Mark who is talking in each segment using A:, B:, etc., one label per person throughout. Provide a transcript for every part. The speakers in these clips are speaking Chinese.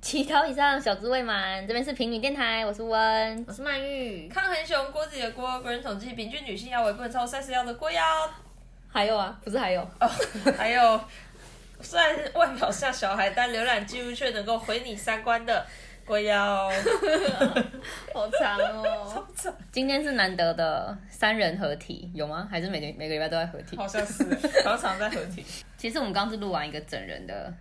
A: 祈祷以上小猪未满，这边是平女电台，我是温。
B: 我是曼玉，
C: 抗衡熊锅子里的锅，国人统计平均女性腰围不能超过三十腰的锅腰。
A: 还有啊，不是还有，
C: 哦， 还有，虽然外表像小孩，但浏览记录却能够毁你三观的锅腰。
B: 好长哦，
A: 今天是难得的三人合体，有吗？还是每个每个礼拜都在合体？
C: 好像是，常常在合体。
A: 其实我们刚是录完一个整人的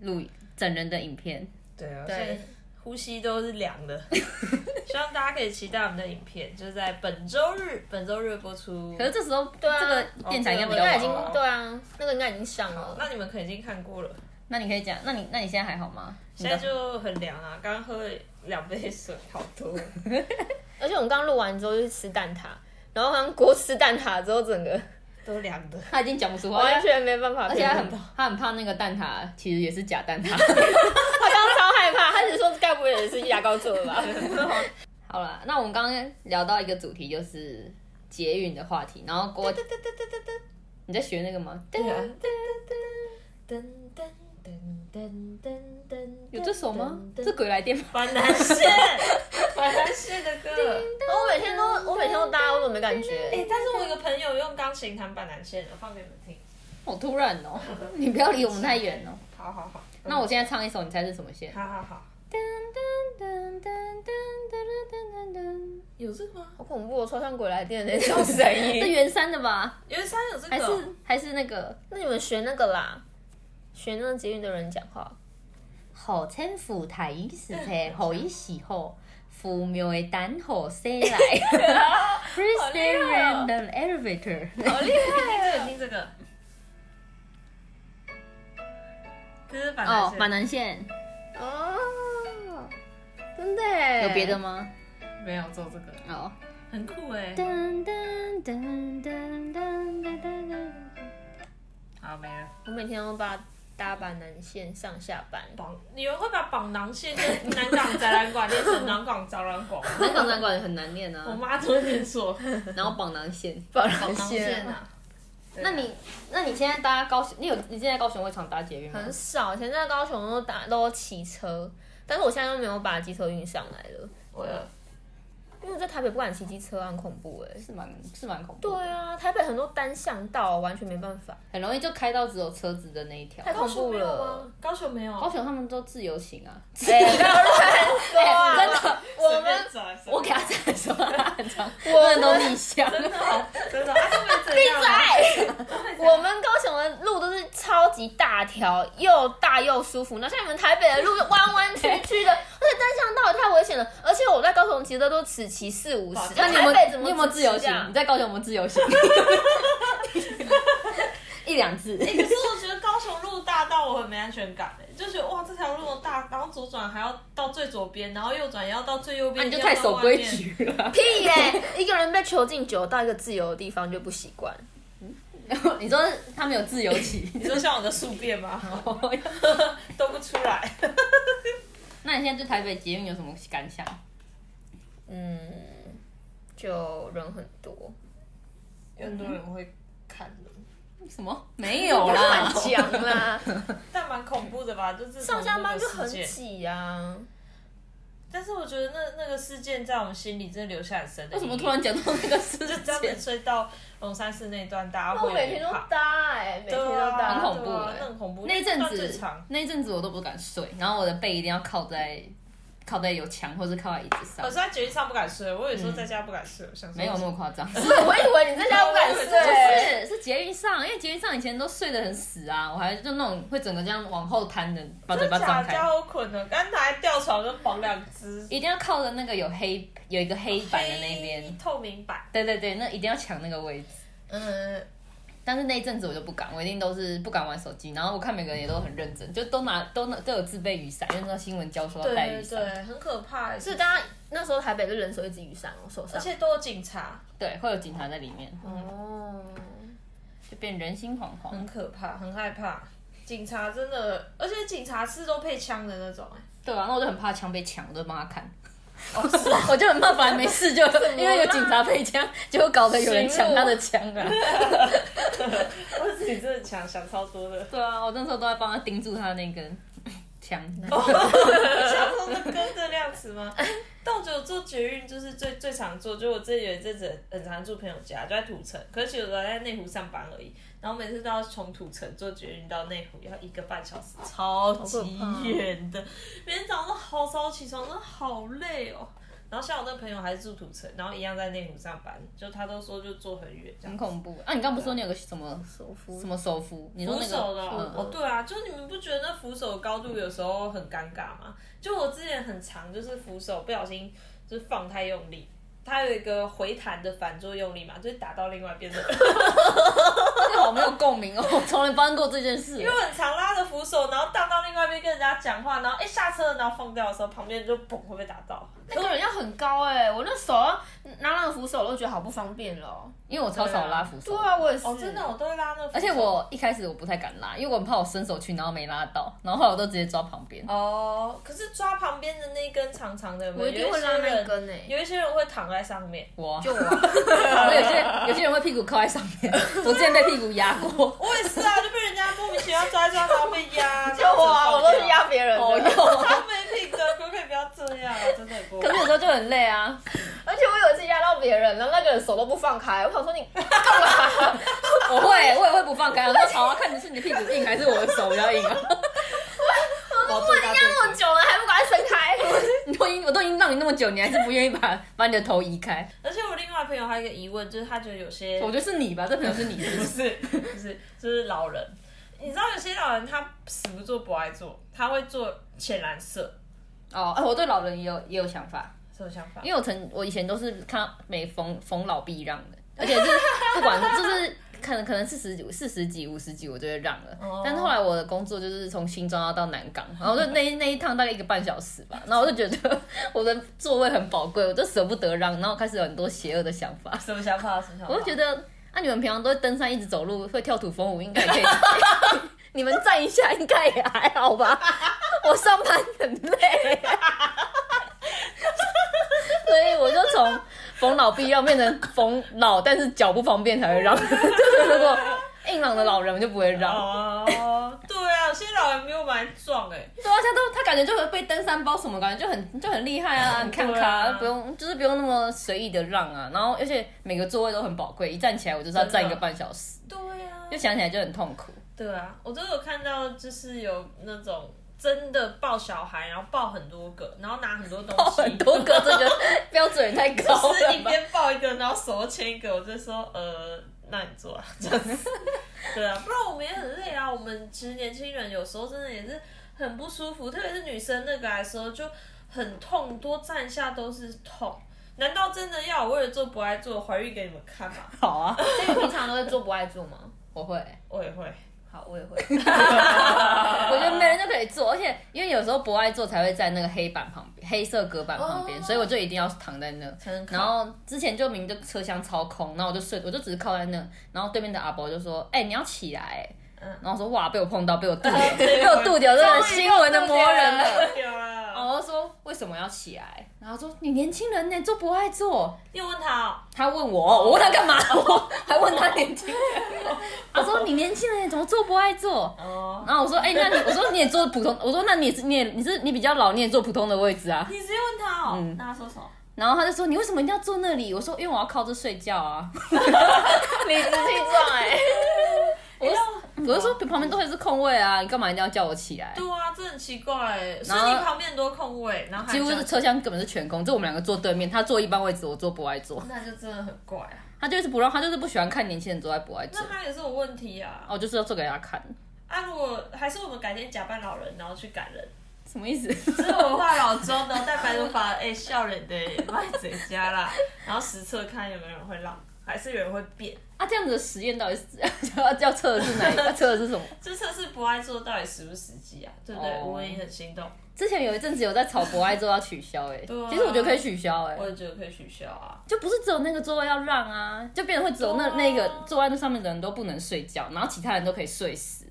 A: 录整人的影片，
B: 嗯
C: 对啊，
B: 对
C: 现在呼吸都是凉 的。希望大家可以期待我们的影片，就是在本周日，本周日播出
A: 可。是这时候、
B: 啊
A: 这个电台应该比较
B: 应该
A: 晚
B: 已经
A: 吧
B: 对啊，那个应该已经上了。
C: 那你们可能已经看过了，
A: 那你可以讲，那你那你现在还好吗？
C: 现在就很凉啊，刚喝两杯水，好 多。
B: 而且我们刚录完之后就去吃蛋挞，然后好像锅吃蛋挞之后，整个
C: 都凉的。
A: 他已经讲不出话，
B: 完全没办法
A: 哦而
B: 而
A: 且他
B: 他
A: 很他很怕那个蛋挞，其实也是假蛋挞。
B: 他刚刚超害怕，他只说该不会也是牙膏做的吧？
A: 好了，那我们刚刚聊到一个主题，就是捷运的话题，然后郭，你在学那个吗？对
C: 啊
B: 噔噔噔噔噔噔，
A: 有这首吗？这鬼来电吗？
C: 板南线，板南线的歌。
B: 哦我每天都我每天都搭，我怎么没感
C: 哎、
B: 觉？
C: 但是我有个朋友用钢琴弹板南线，我放给你们听。
A: 好突然 哦、你不要离我们太远哦、
C: 好好好，
A: 那我现在唱一首，你猜是什么线？
C: 好好好，有这个吗？
B: 好恐怖，哦我超像鬼来电的那种声
A: 是
B: 音。
A: 袁山的吧？
C: 原山有这个
A: 还
C: 哦、
A: 是还是那个
B: 那你们学那个啦，学那个捷运的人讲话。
A: 好天府太医时车，哎好一时候。浮苗的单河西 来，Freestyle
B: 好
A: Random Elevator，
B: 好厉害！
C: 这个听这个，这是板南
A: 哦，
C: 线。
A: 板南线
B: 哦，真的耶
A: 有别的？吗？
C: 没有做这个，
A: 哦，
C: 很酷哎、
A: 噔噔噔噔噔噔噔噔，
C: 好没了。
B: 我每天都把搭板南线上下班。
C: 绑，你们会把绑囊线跟南港展览馆念成南港展览 馆吗？
A: 南港展馆很难念
C: 我
A: 啊，
C: 妈都会念错。
A: 然后绑南线，
C: 绑
B: 板南
C: 囊线啊。对啊
A: 那你那你现在搭高雄，你有你现在高雄会常搭捷运吗？
B: 很少，以前在高雄都打都骑车，但是我现在都没有把机车运上来了，
C: 我有
B: 因为我在台北不敢骑机车啊，很恐怖哎、
A: 是蛮是蛮恐怖的，
B: 对啊，台北很多单向道，完全没办法。
A: 很容易就开到只有车子的那一条。
B: 太恐怖了
C: 高雄没有
A: 高
C: 啊，
A: 雄他们都自由行啊，
B: 哎、不要乱说啊！
A: 哎真的，
B: 我
C: 随便
B: 们
C: 转
A: 我给他再说，他很常
B: 我
A: 很多逆向，
C: 真 的好，真的，啊都会这样啊。
B: 我们高雄的路都是超级大条，又大又舒服。那像你们台北的路就弯弯曲曲的， 而且单向道也太危险了。而且我在高雄骑车都此骑四五十，
A: 那你
B: 台北怎
A: 们
B: 么啊
A: 你有没有
B: 只
A: 自
B: 骑
A: 由
B: 这样
A: 行？你在高雄有没有自由行？一两次，
C: 可是我觉得高雄路大到我很没安全感、欸，就觉得哇这条路大，然后左转还要到最左边，然后右转也要到最右
A: 那
C: 边，
A: 啊你就
C: 一定
A: 太
C: 要到
A: 守
C: 外
A: 规
C: 面。
A: 矩 了。
B: 屁嘞、一个人被囚禁久，到一个自由的地方就不习惯。
A: 你说他们有自由骑，
C: 你说像我的宿便吗？
A: 哦
C: 都不出来。
A: 那你现在对台北捷运有什么感想？
B: 嗯，就人很多，
C: 有很多人会看的，
A: 什么？没有啦，
B: 讲 啦，
C: 但蛮恐怖的吧？就是
B: 上下班就很
C: 紧。
B: 挤啊。
C: 但是我觉得那那个事件在我们心里真的留下很深的。
A: 为什么突然？讲到那个事
C: 就这样
A: 情
C: 子？睡到龙山寺那一段，大家
B: 我
C: 会
B: 每天都搭哎、每天
C: 对
B: 都
C: 啊，
B: 搭，
A: 很恐怖
C: 对啊
A: 欸
C: 那很恐怖。
A: 那一阵
C: 段最
A: 子
C: 长，，
A: 那一阵子我都不敢睡，然后我的背一定要靠在靠在有墙或是靠在椅子上
C: 我是，在捷运上不敢睡，我有时候在家不敢睡，我想说
A: 嗯没有那么夸 张。
B: 我以为你在家不敢
C: 我以为这
B: 睡，
A: 是是捷运上，因为捷运上以前都睡得很死啊，我还就那种会整个这样往后瘫的，把嘴
C: 真
A: 巴
C: 的假
A: 张
C: 的
A: 开，
C: 家伙捆了，刚拿来吊床就绑两只，
A: 一定要靠着那个有黑有一个黑板的那边
C: 哦黑，透明板。
A: 对对对，那一定要抢那个位置。
B: 嗯，
A: 但是那一阵子我就不敢，我一定都是不敢玩手机。然后我看每个人也都很认真，就都拿都拿都有自备雨伞，因为那时候新闻教说要
C: 对
A: 带雨
C: 对
A: 伞。
C: 对，很可怕。
B: 是大家那时候台北就人手一支雨伞哦，手上
C: 而，且都有警察，
A: 对会有警察在里面，
B: 哦，
A: 就变人心惶惶。
C: 很可怕，很害怕。警察真的，而且警察是都配枪的那种、哎，
A: 对啊，那我就很怕枪被抢，我都帮他看。
C: 哦 啊
A: 我就很怕，本来没事 就因为有警察配枪，结果搞得有人抢他的枪 啊。
C: 我自己真的想想超多的，哦
A: 对啊，我那时候都在帮他盯住他那根枪。
C: 想子吗？但我觉得我做捷运就是最最常做，就我自己有一阵子很常住朋友家，就在土城，可是其实我在内湖上班而已，然后每次都要从土城坐捷运到内湖，要一个半小时，超级远的。每天早上都好早起床，真的好累哦。然后像我那朋友还是住土城，然后一样在内湖上班，就他都说就坐很远这样
A: 很
C: 子。
A: 恐怖。啊，你刚不是说你有个什么
B: 手扶
A: 什么手扶？你说
C: 扶
A: 那个
C: 手的哦
A: 嗯，
C: 哦对啊，就是你们不觉得那扶手的高度有时候很尴尬吗？就我之前很长，就是扶手不小心就是放太用力，它有一个回弹的反作用力嘛，就是打到另外一边的人。
A: 这个好没有共鸣哦，我从来发生过这件事
C: 因。为很常拉着扶手，然后荡到另外一边跟人家讲话，然后一下车然后放掉的时候，旁边就砰会被打到。
B: 那个人要很高哎、我那手要拿那个扶手，我都觉得好不方便了哦。
A: 因为我超少拉扶手，
B: 对啊，我也是。
C: 哦，真的，我都会拉那扶手。
A: 而且我一开始我不太敢拉，因为我很怕我伸手去，然后没拉到，然后后来我都直接抓旁边。
C: 哦，可是抓旁边的那根长长的有没有，
B: 我一定会拉那一根欸
C: 有一些人有一些人会躺在上面，
A: 我啊
B: 就我
A: 我有些有些人会屁股靠在上 面，我之前被屁股压过。
C: 我也是啊，就被人家莫名其妙抓一抓，他会压，
B: 就我啊，我都是压别人的。
A: 哦哟，
C: 他没品格，可不可以不要这样？真的很过
A: 可
C: 分
A: 是有时候就很累 啊。
B: 而且我有一次压到别人，然后那个人手都不放开，我想 说你干嘛？
A: 我会，我也会不放开。我说好啊，看你是你的屁股硬还是我的手比较硬啊。
B: 我都问人家那么久了，还不赶快伸 开？
A: 你都已经我都已经让你那么久，你还是不愿意把 把你的头移开。
C: 而且我另外朋友还有一个疑问，就是他觉得有些
A: 我觉得是你吧，这可能是你是不
C: 不
A: 是？
C: 是不是，就是老人。你知道有些老人他死不做不爱做，他会做浅蓝色，
A: 哦，哎，我对老人也有也有想法，
C: 什么想法？
A: 因为我曾我以前都是看到每逢逢老必让的，而且是不管就是可能可能四十几四十几五十几我就会让了，
C: 哦
A: 但是后来我的工作就是从新庄要到南港，然后就那一那一趟大概一个半小时吧，然后我就觉得 我的座位很宝贵，我就舍不得让，然后开始有很多邪恶的想法，
C: 什么想法？什么想法？
A: 我就觉得。啊，你们平常都会登山，一直走路，会跳土风舞，应该也可以。 你们站一下应该也还好吧？我上班很累，所以我就从逢老必让变成逢老，但是脚不方便才会让。 就是如果硬朗的老人，我就不会让。
C: 哦，对啊，有些老人比我们还壮哎、
A: 对啊，像都他感觉就会被登山包什么，感觉就很就很厉害啊！你看
C: 对
A: 他、
C: 啊
A: 不用，就是不用那么随意的让啊。然后而且每个座位都很宝贵，一站起来我就是要站一个半小时，
C: 对啊
A: 就，想起来就很痛苦。
C: 对啊，我都有看到，就是有那种真的抱小孩，然后抱很多个，然后拿很多东
A: 抱
C: 西，
A: 很多个，这个标准也太高
C: 就
A: 了
C: 是一
A: 吧。
C: 边抱一个，然后手牵一个，我就说呃，那你做啊，这样子。对啊，不然我们也很累啊。我们其实年轻人有时候真的也是很不舒服，特别是女生那个来说就很痛，多站一下都是痛。难道真的要我为了做不爱做怀孕给你们看吗？
A: 好啊，
B: 所以你平常都会做不爱做吗？
A: 我会，
C: 我也会。
B: 好，我也会。
A: 我觉得没人就可以做，而且因为有时候不爱做才会在那个黑板旁边、黑色隔板旁边，
B: 哦
A: 所以我就一定要躺在那。
C: 能靠
A: 然后之前就明明就车厢超空，然后我就睡，我就只是靠在那，然后对面的阿伯就说：“哎、你要起来、
C: 嗯
A: 然后我说：“哇，被我碰到，被我 度
C: 对
A: 掉，被我度掉，真的
B: 终于
A: 新
B: 被我
A: 闻的
B: 度
A: 魔
B: 掉
A: 人
B: 了
A: 了。”
C: 有啊，
A: 然后我就说：“为什么要起来？”然后说：“你年轻人呢，做不爱做。”
C: 你有问他、哦，
A: 他问我，我问他干 嘛？我还问他年 轻人，他说你年轻人怎么做不爱做？
C: 哦，
A: 然后我说，哎、那你我说你也坐普通，我说那你也是你也你是你比较老，你也坐普通的位置啊。
C: 你直接问他哦，
A: 嗯
C: 那他说什么？
A: 然后他就说你为什么一定要坐那里？我说因为我要靠着睡觉啊。
B: 理直气壮 哎，
A: 我
C: 欸
A: 就我就说旁边都会是空位啊，你干嘛一定要叫我起来？
C: 对啊，这很奇怪欸，所
A: 然
C: 以
A: 后
C: 你旁边很多空位，然后还
A: 几乎
C: 这样
A: 是车厢根本是全空，就我们两个坐对面，他坐一般位置，我坐不爱坐。
C: 那就真的很怪啊。
A: 他就是不让，他就是不喜欢看年轻人坐在不爱坐
C: 那。他也是有问题啊！
A: 哦，就是要做给他看，
C: 啊，如果还是我们改天假扮老人，然后去 赶人，
A: 什么意思？
C: 就是我们化老妆，然后戴白头发，哎、笑脸的卖嘴家啦， 然后实测看有没有人会浪，还是有人会变。
A: 啊，这样子的实验到底是 要要测的是哪一 个？测的是什么？
C: 这测试不爱做到底实不实际啊？对不对？
A: 哦
C: 我也很心动，
A: 之前有一阵子有在炒博爱座要取消、欸，
C: 对啊
A: 其实我觉得可以取消、欸，
C: 我也觉得可以取消啊。
A: 就不是只有那个座位要让啊，就变成会只有那、
C: 对啊
A: 那个坐在那上面的人都不能睡觉，然后其他人都可以睡死，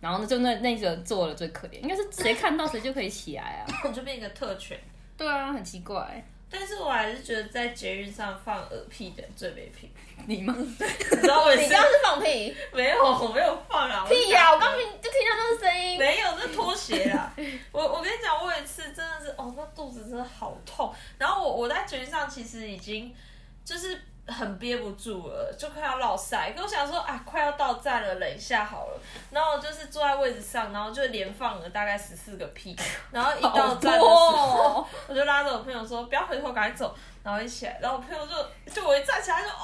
A: 然后呢就那那个坐了最可怜，应该是谁看到谁就可以起来啊，
C: 我就变一个特权，
A: 对啊，很奇怪、
C: 但是我还是觉得在节日上放耳屁的人最没品。
A: 你 吗？
C: 你知道我也
B: 你
C: 是
B: 刚刚是放屁？
C: 没有，我没有放啊，
B: 屁呀！我刚刚就听到那个声音。
C: 啊没有，这拖鞋啦。我我跟你讲，我有一次真的是哦，哦，那肚子真的好痛。然后我我在捷运上其实已经就是很憋不住了，就快要落塞。可我想说啊，快要到站了，忍一下好了。然后我就是坐在位置上，然后就连放了大概十四个屁。然后一到站的时候，
A: 哦，
C: 我就拉着我朋友说不要回头，赶紧走。然后一起来，然后我朋友就就我一站起来就哦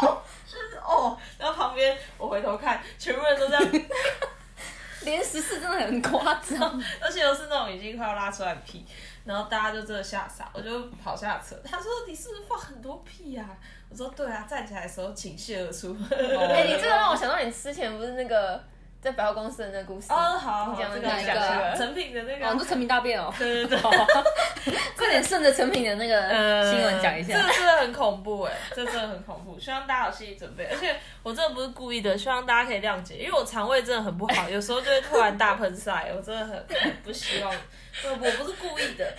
C: 哦就是哦，然后旁边我回头看，全部人都在，
A: 连十四真的很夸张，
C: 而且又是那种已经快要拉出来的屁，然后大家就真的吓傻，我就跑下车。他说你是不是放很多屁呀、啊？我说对啊，站起来的时候倾泻而出。
B: 哎、你这个让我想到你之前不是那个在百货公司的那个故事
C: 哦，好好，
B: 你讲
C: 这
B: 的
C: 个
B: 哪
C: 讲
B: 一
C: 这
B: 个啊
C: 个成品的那
A: 哦，你说
C: 个，
A: 成品大 便哦，
C: 对对对。
A: 快点顺着成品的那个新闻讲一下
C: 这。个真的很恐怖哎、这真的很恐怖，希望大家有心理准备。而且我真的不是故意的，希望大家可以谅解，因为我肠胃真的很不好，有时候就会突然大喷塞，我真的很很不希望，我我不是故意的。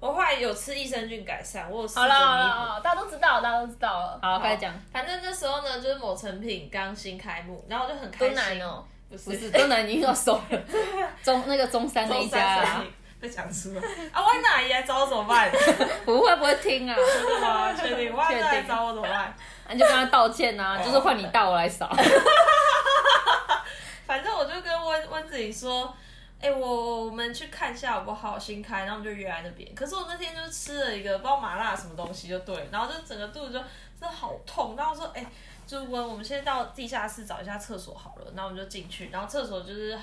C: 我后来有吃益生菌改善，我有试着
B: 好了好了
C: 弥
B: 好
C: 补。
B: 了，大家都知道，大家都知道了。
A: 好，快讲。
C: 反正那时候呢，就是某成品刚新开幕，然后我就很
B: 多
C: 开
B: 难
C: 心。
B: 哦，
C: 不是
A: 不是，东南已经要收 了，中那个中山那一
C: 中
A: 家
C: 山
A: 啊
C: 成，品 被讲出来啊！万阿姨来找我怎么 办？
A: 不会不会听啊，
C: 真的吗？确定？万阿姨来找我怎么办？
A: 那你就跟他道歉
C: 哦
A: 啊，就是换你大我来扫。
C: 反正我就跟温温子颖说，哎、我我们去看一下好不好？新开，然后我们就约在那边。可是我那天就吃了一个不知道麻辣什么东西，就对了，然后就整个肚子就真的好痛。然后说，哎、就温，我们先到地下室找一下厕所好了。然后我们就进去，然后厕所就是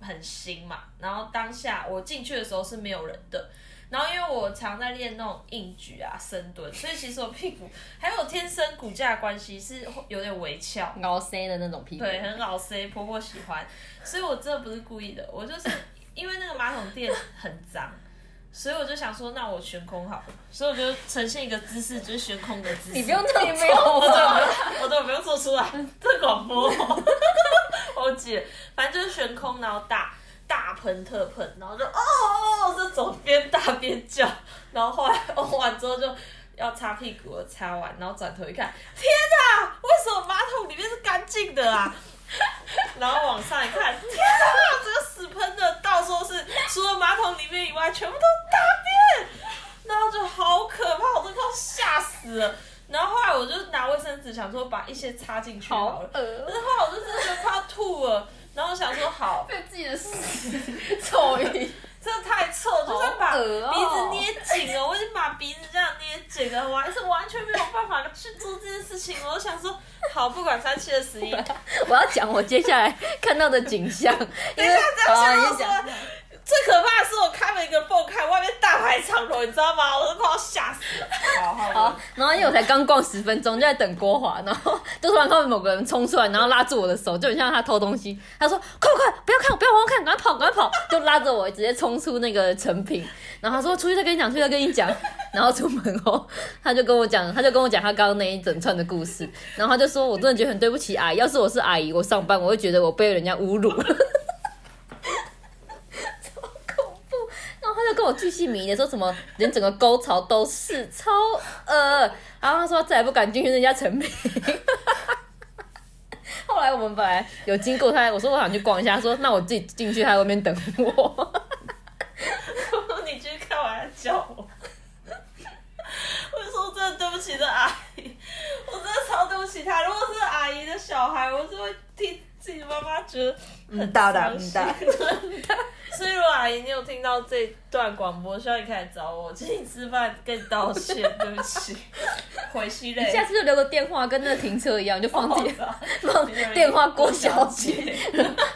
C: 很新嘛。然后当下我进去的时候是没有人的。然后因为我常在练那种硬举啊、深蹲，所以其实我屁股还有天生骨架的关系是有点微翘，
A: 熬 C 的那种屁股，
C: 对，很老 C，婆婆喜欢，所以我真的不是故意的，我就是因为那个马桶垫很脏，所以我就想说，那我悬空好了，所以我就呈现一个姿势，就是悬空的姿势。
A: 你不用那么
B: 没有
A: 做
C: 我都没有 我都没有做出来，这广播， 我姐，反正就是悬空，然后大大喷特喷，然后就哦哦，哦这种边大边叫，然后后来 哦完之后就。要擦屁股，我擦完，然后转头一看，天哪！为什么马桶里面是干净的啊？ 然后往上一看，天哪！这个屎喷的，到时候是除了马桶里面以外，全部都是大便。然后就好可怕，我都快要吓死了。然后后来我就拿卫生纸想说把一些擦进去好
A: 好
C: 了，可
A: 恶，
C: 是后来我就真的觉得快要吐了。然后我想说好，
B: 被自己的屎 臭晕。
C: 真的太臭，就算把
A: 好
C: 鼻
A: 恶哦
C: 子捏紧了，我已经把鼻子这样捏紧了，我还是完全没有办法去做这件事情。我就想说好，不管三七 二十一，
A: 我要讲我接下来看到的景象，因
C: 等一
A: 为
C: 下，等一
A: 好啊，
C: 下，我
A: 你
C: 说
A: 讲，
C: 最可怕的是我开了一个缝看，外面大排长龙，你知道吗？我都快要吓死了。好好
A: 好，然后因为我才刚逛十分钟，就在等郭华，然后就突然看到某个人冲出来，然后拉住我的手，就很像他偷东西。他说：“快快，不要看，不要往后看，赶快跑，赶快跑！”就拉着我直接冲出那个成品。然后他说：“出去再跟你讲，出去再跟你讲。”然后出门后，他就跟我讲，他就跟我讲他刚刚那一整串的故事。然后他就说：“我真的觉得很对不起阿姨，要是我是阿姨，我上班我会觉得我被人家侮辱了。”然后他就跟我巨细靡遗的说什么，连整个沟槽都是超呃，然后他说再也不敢进去那家成品。后来我们本来有经过他，我说我想去逛一下，他说那我自己进去，他在外面等我。
C: 好，你继续看，我还叫我。我就说真的对不起这阿姨，我真的超对不起她。如果是阿姨的小孩，我是会替自己妈妈觉得很
A: 大的
C: 伤心
A: 嗯大
C: 所以如果阿姨你有听到这段广播，希望你可以来找我，请你吃饭跟你道歉，对不起，回吸泪。
A: 下次就留个电话，跟那个停车一样，就放自己
C: 好吧
A: 放电话郭小姐，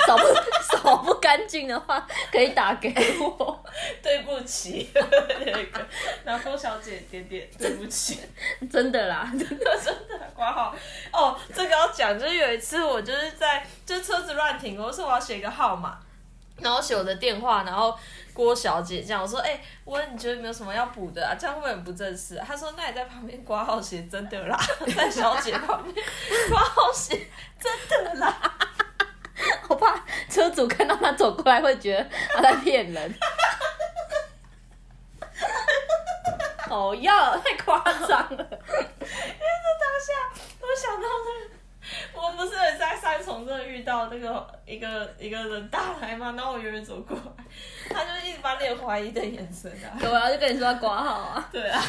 A: 扫不 扫不干净的话可以打给 我。
C: 对不起， 然后郭小姐点点对不起，
A: 真的啦，
C: 挂号。哦，这个要讲，就是有一次我就是在就车子乱停，我说我要写一个号码，然后写我的电话，然后郭小姐这样我说，哎、我你觉得有没有什么要补的啊？这样会不会很不正式、啊？她说，那你在旁边挂号写真的啦，在小姐旁边挂号写真的啦。
A: 我怕车主看到他走过来会觉得他在骗 人。哦哟，太夸张了！
C: 当下我想到那个，我不是也在三重这遇到那个一个一个人打来吗？然后我远远走过来，他就一直满脸怀疑的眼神啊。
A: 对啊，就跟你说要挂号啊。
C: 对啊，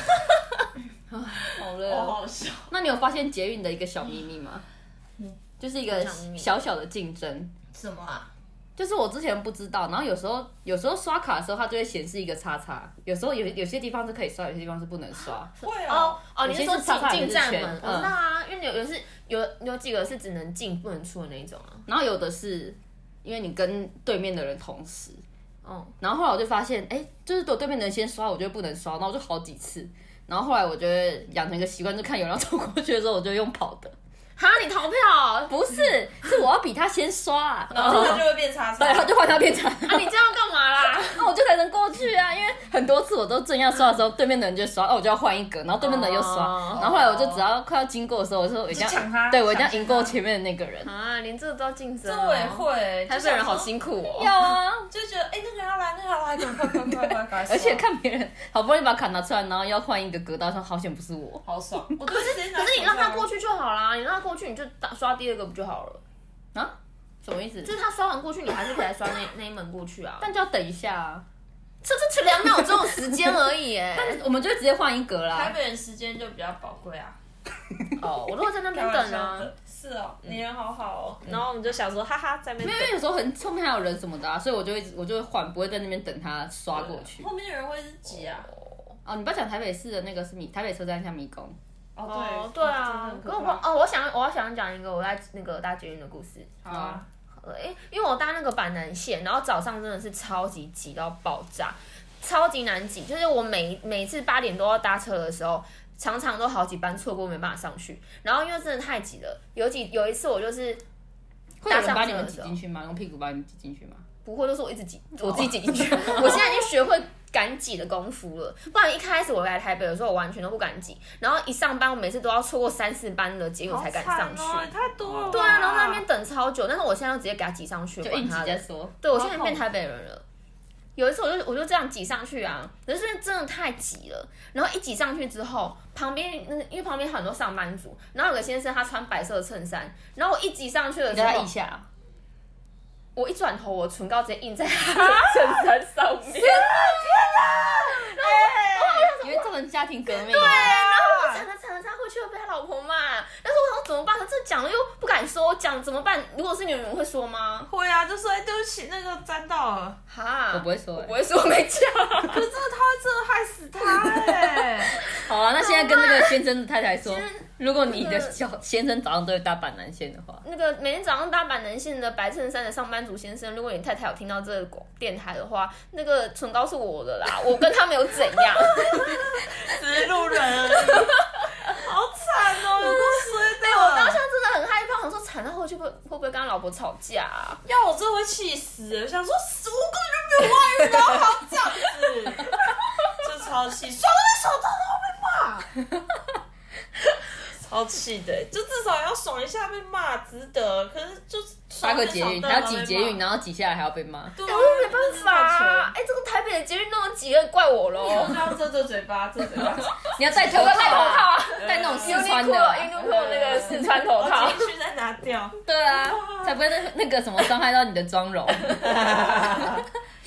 A: 好
C: 好
A: 了，
C: 好笑。
A: 那你有发现捷运的一个小秘密吗？就是一个
C: 嗯小秘密
A: 小小的竞争。
C: 什么啊？
A: 就是我之前不知道，然后有时候有时候刷卡的时候，它就会显示一个叉叉。有时候有有些地方是可以刷，有些地方是不能刷。
C: 会
B: 哦
C: 哦，
B: 哦，你是说
A: 有些是叉叉
B: 进
A: 有些
B: 进
A: 是
B: 站
A: 圈
B: 门？我
A: 嗯
B: 知道啊，因为有有是有有几个是只能进不能出的那一种啊。
A: 然后有的是因为你跟对面的人同时，
B: 哦，
A: 然后后来我就发现，哎、就是我对面的人先刷，我就不能刷，然后我就好几次。然后后来我觉得养成一个习惯，就看有人要走过去的时候，我就用跑的。
B: 哈，你逃票哦？
A: 不是，是我要比他先刷、啊，然
C: 然后
A: 后
C: 他就会变叉叉。
A: 对，他就换他变成，
B: 啊，你这样干嘛啦？
A: 那我就才能过去啊。因为很多次我都正要刷的时候，对面的人就刷，哦，我就要换一个，然后对面的人又刷，
B: 哦
A: 然后后来我就只要快要经过的时候，我就说我一定
C: 就抢
A: 要，
C: 他
A: 对我一定要
C: 抢先
A: 赢过
C: 他
A: 前面的那个人。
B: 啊，连这个都要竞争
C: 这
B: 哦、
C: 我也会，
B: 台
C: 就
B: 北
C: 想
B: 人好
C: 说
B: 辛苦哦、
A: 要啊，
C: 就觉得哎、那个人要来，那个人要来，赶快快快快快！
A: 而且看别人好不容易把卡拿出来，然后要换一个格刀，说好险不是我。
C: 好爽。我可是
B: 可是你让他过，去就好啦，你让他过去，你就打刷第二个不就好 了？
A: 啊？什么意思？
B: 就是他刷完过去，你还是可以来刷那那一门过去啊。
A: 但就要等一下啊，
B: 这这两秒钟的时间而已 哎、
A: 但我们就会直接换一格
C: 台
A: 啦。
C: 北人时间就比较宝贵啊。
B: 哦，我都会在那
C: 开
B: 边
C: 玩
B: 等
C: 笑
B: 啊。
C: 的，是哦，你人好好哦。然后我们就想说，哈哈，在那
A: 因
C: 边
A: 为有时候很后面还有人什么的啊，所以我就会我就会换，不会在那边等他刷过去
C: 等。后面的人会是挤啊。
A: 哦，你不要讲台北市的那个是迷，台北车站像迷宫。
B: 哦，对啊，可我忘哦，我想我想讲一个我在那个大捷运的故事。
C: 好啊，
B: 哎、因为我搭那个板南线，然后早上真的是超级挤到爆炸，超级难挤。就是我每每次八点多要搭车的时候，常常都好几班错过，没办法上去。然后因为真的太挤了，有几有一次我就是
A: 会有人
B: 搭
A: 把
B: 上
A: 你
B: 车
A: 们
B: 的
A: 挤
B: 时候
A: 进去吗？用屁股把你们挤进去吗？
B: 不会，就是我一直挤，我自己挤进去。 我现在已经学会敢挤的功夫了，不然一开始我来台北的时候，我完全都不敢挤。然后一上班，我每次都要错过三四班的捷哦运我才敢上去。
C: 哦太多了。
B: 对啊，然后在那边等超久，但是我现在要直接给他挤上去，
A: 就
B: 管
A: 硬挤
B: 他的
A: 再。说。
B: 对，我现在变台北人了。有一次我就我就这样挤上去啊，可是真的太挤了。然后一挤上去之后，旁边那因为旁边很多上班族，然后有个先生他穿白色衬衫，然后我一挤上去的
A: 你
B: 时
A: 叫他
B: 候
A: 一，下啊。
B: 我一转头，我唇膏直接印在他 的衬衫上面。对，
A: 哎你会造成家庭革命。啊
B: 然后我
C: 啊
B: 惨了惨了，他回去会被他老婆骂。但是我想说怎么办？他这讲了又不敢说，讲怎么办？如果是你们，你会说吗？
C: 会啊，就说哎，对不起，那个沾到了。
B: 哈，
A: 我不会说欸
B: 我不会说，没讲。
C: 可是真的，他会真的害死他哎。
A: 好啊，那现在跟那个先生的太太说，如果你的小先生早上都会搭板南线的话，
B: 那个每天早上搭板南线的白衬衫的上班族先生，如果你太太有听到这个电台的话，那个唇膏是我的啦，我跟他没有怎样。
C: 植路人而已，好惨哦，有够衰的。
B: 我当下真的很害怕，我说惨了，回去会会不会跟他老婆吵架、啊？
C: 要我真的会气死欸，我想说死，我根本就没有外遇，然后还要这样子，就超气，双人手套都要被骂，超气的欸，就至少要爽一下被骂，值得。可是就是
A: 搭个捷运，还要挤捷运，
C: 呢，
A: 然后挤下来还要被骂。
C: 对
B: 哎
C: 啊，
B: 我又没办法、啊，哎、这个台北的捷运那么挤，怪我喽。
C: 我要遮遮嘴巴，遮嘴 巴，
A: 你要戴头
B: 我要戴头套
A: 套
B: 啊
A: 啊，戴那种四川
B: Uniqlo
A: 的啊。
B: Uniqlo 那个四川头套
C: 我。进去再拿掉。
A: 对啊，才不会那那个什么伤害到你的妆容。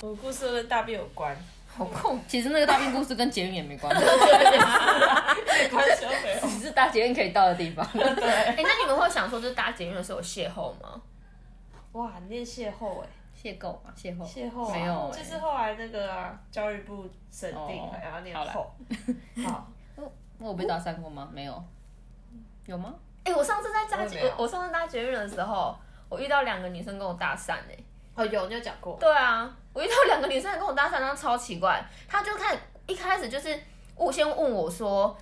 C: 我的故事都跟大便有关，
A: 好酷！其实那个大病故事跟捷运也没关 系，
C: 没关系都没有。
A: 只是搭捷运可以到的地方。
B: 哎、那你们会想说，就是搭捷运的时候有邂逅吗？
C: 哇，你也邂逅哎、
A: 邂逅嘛，邂逅，
C: 邂逅、啊、
A: 没有欸
C: 就是后来那个、啊、教育部审定，
A: 哦
C: 然后念
A: 好啦
C: 后，好，
A: 那我被搭讪过吗？没有，有吗？
B: 哎、我上次在搭
C: 我也
B: 捷
C: 没有，
B: 我上次搭捷运的时候，我遇到两个女生跟我搭讪哎、
C: 哦，有你有讲过，
B: 对啊，我遇到两个女生跟我搭讪，然后超奇怪，她就看一开始就是我先问我说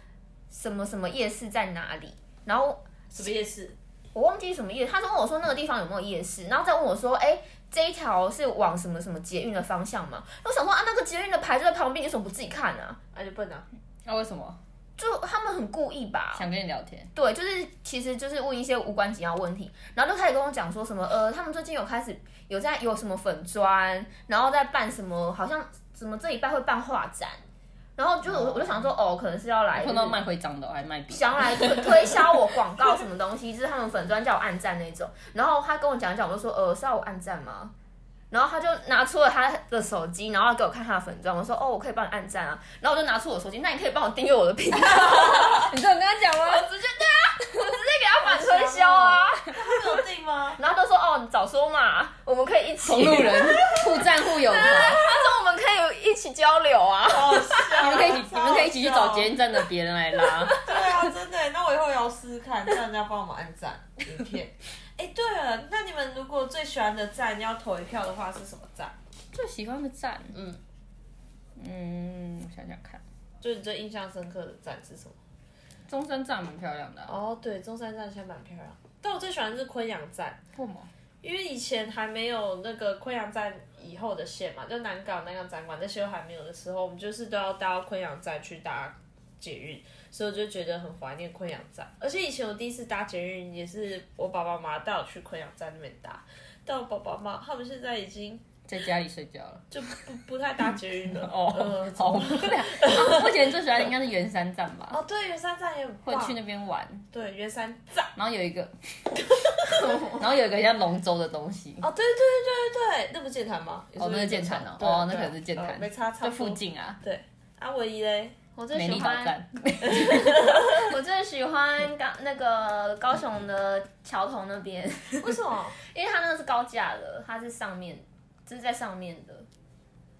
B: 什么什么夜市在哪里，然后
C: 什么夜市？
B: 我忘记什么夜，她就问我说那个地方有没有夜市，然后再问我说，哎、这一条是往什么什么捷运的方向嘛？我想说啊，那个捷运的牌就在旁边，你为什么不自己看啊？
C: 啊，就笨啊，
A: 那、为什么
B: 就他们很故意吧？
A: 想跟你聊天？
B: 对，就是其实就是问一些无关紧要问题，然后就开始跟我讲说什么呃，他们最近有开始有在有什么粉砖，然后在办什么，好像什么这礼拜会办画展，然后就我我就想说，哦，可能是要来
A: 碰到卖徽章的，我还卖笔。
B: 想要来推推销我广告什么东西，就是他们粉专叫我按赞那种。然后他跟我讲一讲，我就说呃是要我按赞吗？然后他就拿出了他的手机，然后给我看他的粉专，我说哦我可以帮你按赞啊。然后我就拿出我手机，那你可以帮我订阅我的频道，
A: 你这有跟他讲吗？
B: 直接对啊，我直接给他反推销啊。
C: 他有定吗？
B: 然后他就说哦你早说嘛，我们可以一起，
A: 同路人互赞互友嘛，
B: 他说我们可以一起交流啊。
C: 好笑，
A: 你们可以一起，
C: 超
A: 你
C: 好
A: 们可以一起去找
C: 笑
A: 捷运站的别人来拉。
C: 对啊，真的耶，那我以后也要试试看，叫人家帮我们按赞影片。哎、对了，那你们如果最喜欢的赞要投一票的话是什么赞？
A: 最喜欢的赞，嗯嗯，我想想看，
C: 就你最印象深刻的赞是什么？
A: 中山站蛮漂亮的、啊，
C: 哦，对，中山站现在蛮漂亮，但我最喜欢的是昆阳站，
A: 不吗？
C: 因为以前还没有那个昆阳站以后的线嘛，就南港、南港展馆那些都还没有的时候，我们就是都要搭昆阳站去搭捷运，所以我就觉得很怀念昆阳站。而且以前我第一次搭捷运也是我爸爸妈妈带我去昆阳站那边搭，但我爸爸妈妈他们现在已经
A: 在家里睡觉了。
C: 就不不太搭捷运了。
A: 哦
C: 嗯，
A: 好无
C: 怎么
A: 聊。目前最喜欢的应该是圆山站吧，
C: 哦，对，圆山站也很
A: 会
C: 棒。
A: 去那边玩，
C: 对，圆山站。
A: 然后有一个，然后有一个像龙舟的东西，
C: 哦，对对对对对，那不是剑潭吗？
A: 哦，那是剑潭哦，
C: 对
A: 哦，那
C: 对
B: 啊
A: 可能是剑
C: 哦
A: 潭，
C: 没差差
A: 就
C: 不多
A: 附。近啊，
C: 对，啊，唯一嘞，
B: 我最
A: 美丽
B: 喜
A: 岛
B: 欢，
A: 站，
B: 我最喜欢高那个高雄的桥头那边，
C: 为什么？
B: 因为它那个是高架的，它是上面，就是在上面的，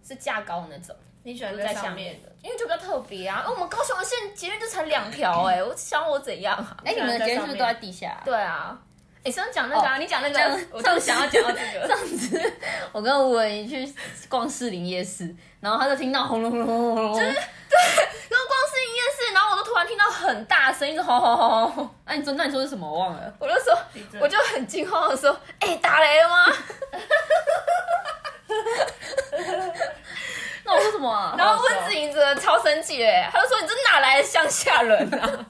B: 是架高那种，
C: 你喜欢
B: 不是在下
C: 上
B: 面
C: 面？
B: 的，因为就比较特别啊。因为我们高雄的线捷运就才两条 哎，我想我怎样啊？
A: 哎，你们的捷运是不是都在地下啊？
B: 对啊，你上次讲那个啊，你讲那
A: 这样
B: 个，我
A: 这
B: 就
A: 样
B: 想要讲到这个。
A: 我跟吴文怡去逛士林夜市，然后他就听到轰隆隆轰隆隆，
B: 然后光是一件事，然后我就突然听到很大声，一直吼吼吼吼吼，
A: 啊那你说那你说是什么？我忘了。
B: 我就说，我就很惊慌的说，哎、打雷了吗？
A: 那我说什么啊？
B: 然后温子莹真的超生气嘞，她就说你这哪来的乡下人啊？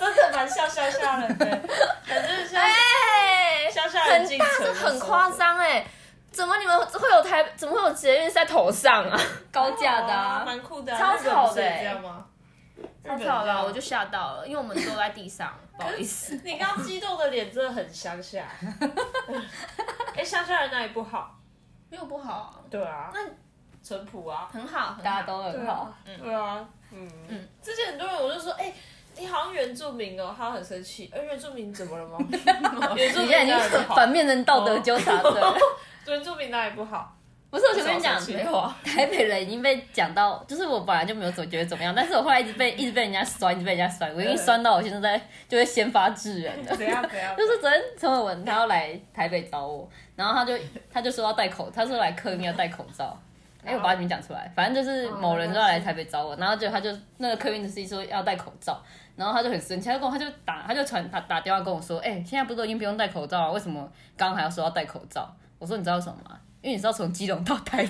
C: 真的蛮笑笑笑人 的，感觉像
B: 哎、
C: 笑笑人
B: 很
C: 进
B: 大
C: 城
B: 声，
C: 的时候
B: 很夸。张哎。怎么你们会有台？怎么会有捷运是在头上 啊？
A: 高架的
C: 哦
A: 啊，
C: 蛮酷的啊，
B: 超
C: 日本
B: 吵
C: 不是
B: 的
C: 也
B: 欸
C: 这样吗？
B: 太
C: 日本这
B: 漂
C: 样
B: 亮，啊我就吓到了，因为我们坐在地上，不好意 思。
C: 你刚刚激动的脸真的很乡 下。哎，乡下人哪里不好？
B: 没有不好啊，
C: 对啊，
B: 那
C: 淳朴啊，
B: 很好，很好
A: 大家都很好。
C: 对啊，嗯嗯，之前很多人我就说，哎、你好像原住民哦，他很生气，哎、原住民怎么了 吗？原住
A: 你现
C: 民
A: 在已
C: 哪里不
A: 经
C: 好？
A: 反面人道德纠察队了。
C: 原住民哪里不好？
A: 不是我前面讲
C: 少生气
A: 没有啊，台北人已经被讲到，就是我本来就没有总觉得怎么样，但是我后来一直被一直被人家酸，一直被人家酸，我已经酸到我现在就会先发制人了。
C: 怎样怎样？
A: 就是昨天陈伟文他要来台北找我，然后他就他就说要戴口，他说来客运要戴口罩。哎、我把你们讲出来，反正就是某人就要来台北找我，然后就他就那个客运的司机说要戴口罩，然后他就很生气，他就跟我他就打他就传他打电话跟我说，哎、现在不是都已经不用戴口罩了，为什么刚刚还要说要戴口罩？我说你知道为什么吗？因为你知道从基隆到台北，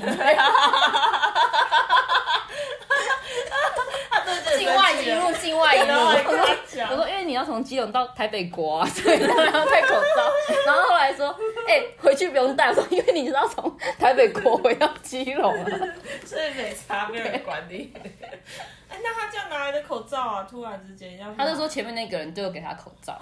B: 境外一路，境外一
C: 然 后还
B: 路，
C: 跟他讲
A: 我，说因为你要从基隆到台北国、啊，所以当然要戴口罩。然后后来说，哎、回去不用戴。我说因为你知道从台北国回到基隆啊。
C: 所以没差，没有人管你。 哎、那他这样拿来的口罩啊，突然之间要，
A: 他就说前面那个人就给他口罩，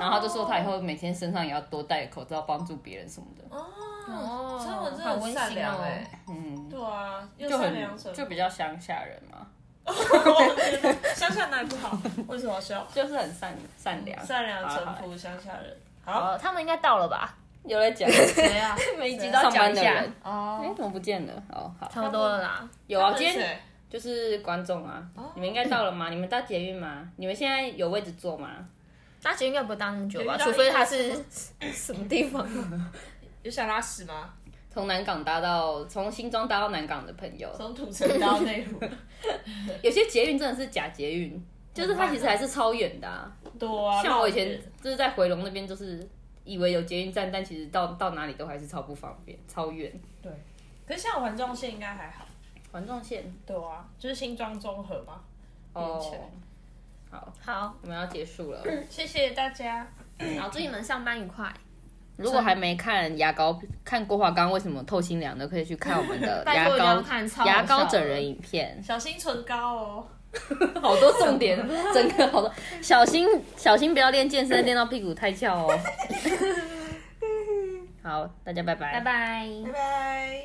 A: 然后他就说他以后每天身上也要多戴口罩，帮助别人什么的。
C: 哦
B: 哦，
C: 所以我真的
B: 好
C: 很
B: 温
C: 善
B: 馨
C: 良哎、
B: 哦。
A: 嗯，
C: 对啊，又
A: 就
C: 善良淳
A: 很
C: 朴
A: 就比较乡下人嘛，
C: 乡下哪里不好？为什么要笑？
A: 就是很善善良、
C: 善良
A: 好
C: 淳
A: 好
C: 朴乡下人，好，
B: 哦，他们应该到了吧？
A: 有来讲
C: 谁啊？
B: 每一集都要
A: 上
B: 讲
A: 班
B: 一
A: 的
B: 下
A: 人，，哎、
C: 哦，
A: 怎么不见了？哦，好，
B: 差不多了啦。
A: 有啊，
C: 他
A: 今
C: 们是
A: 天
C: 谁
A: 就是观众啊，
B: 哦
A: 你们应该到了吗？你们到捷运吗？你们现在有位置坐吗？
B: 大啊姐应该不会当那么久
C: 有
B: 吧？
C: 遇到
B: 除非他是什么地方？
C: 有想拉屎吗？
A: 从南港搭到从新庄搭到南港的朋友，
C: 从土城到内 湖，
A: 有些捷运真的是假捷运，就是它其实还是超远的、啊。
C: 多啊。
A: 像我以前就是在回龙那边，就是以为有捷运站，但其实到到哪里都还是超不方便，超远。
C: 对，可是像环状线应该还好。
A: 环状线
C: 对啊，就是新庄综合嘛。
A: 哦
C: 起来，
A: 好，
B: 好，
A: 我们要结束了。
C: 谢谢大家，
B: 好，祝你们上班愉快。
A: 如果还没看牙膏，看郭华刚为什么透心凉的，可以去看我们的
B: 拜
A: 牙
B: 托一定要
A: 膏
B: 看超好
A: 牙膏
B: 笑
A: 整
B: 的
A: 人影片，
C: 小心唇膏哦。
A: 好多重 点，整个好多，小心小心不要练健身练到屁股太 翘哦。好，大家拜拜，
B: 拜拜。
C: 拜拜。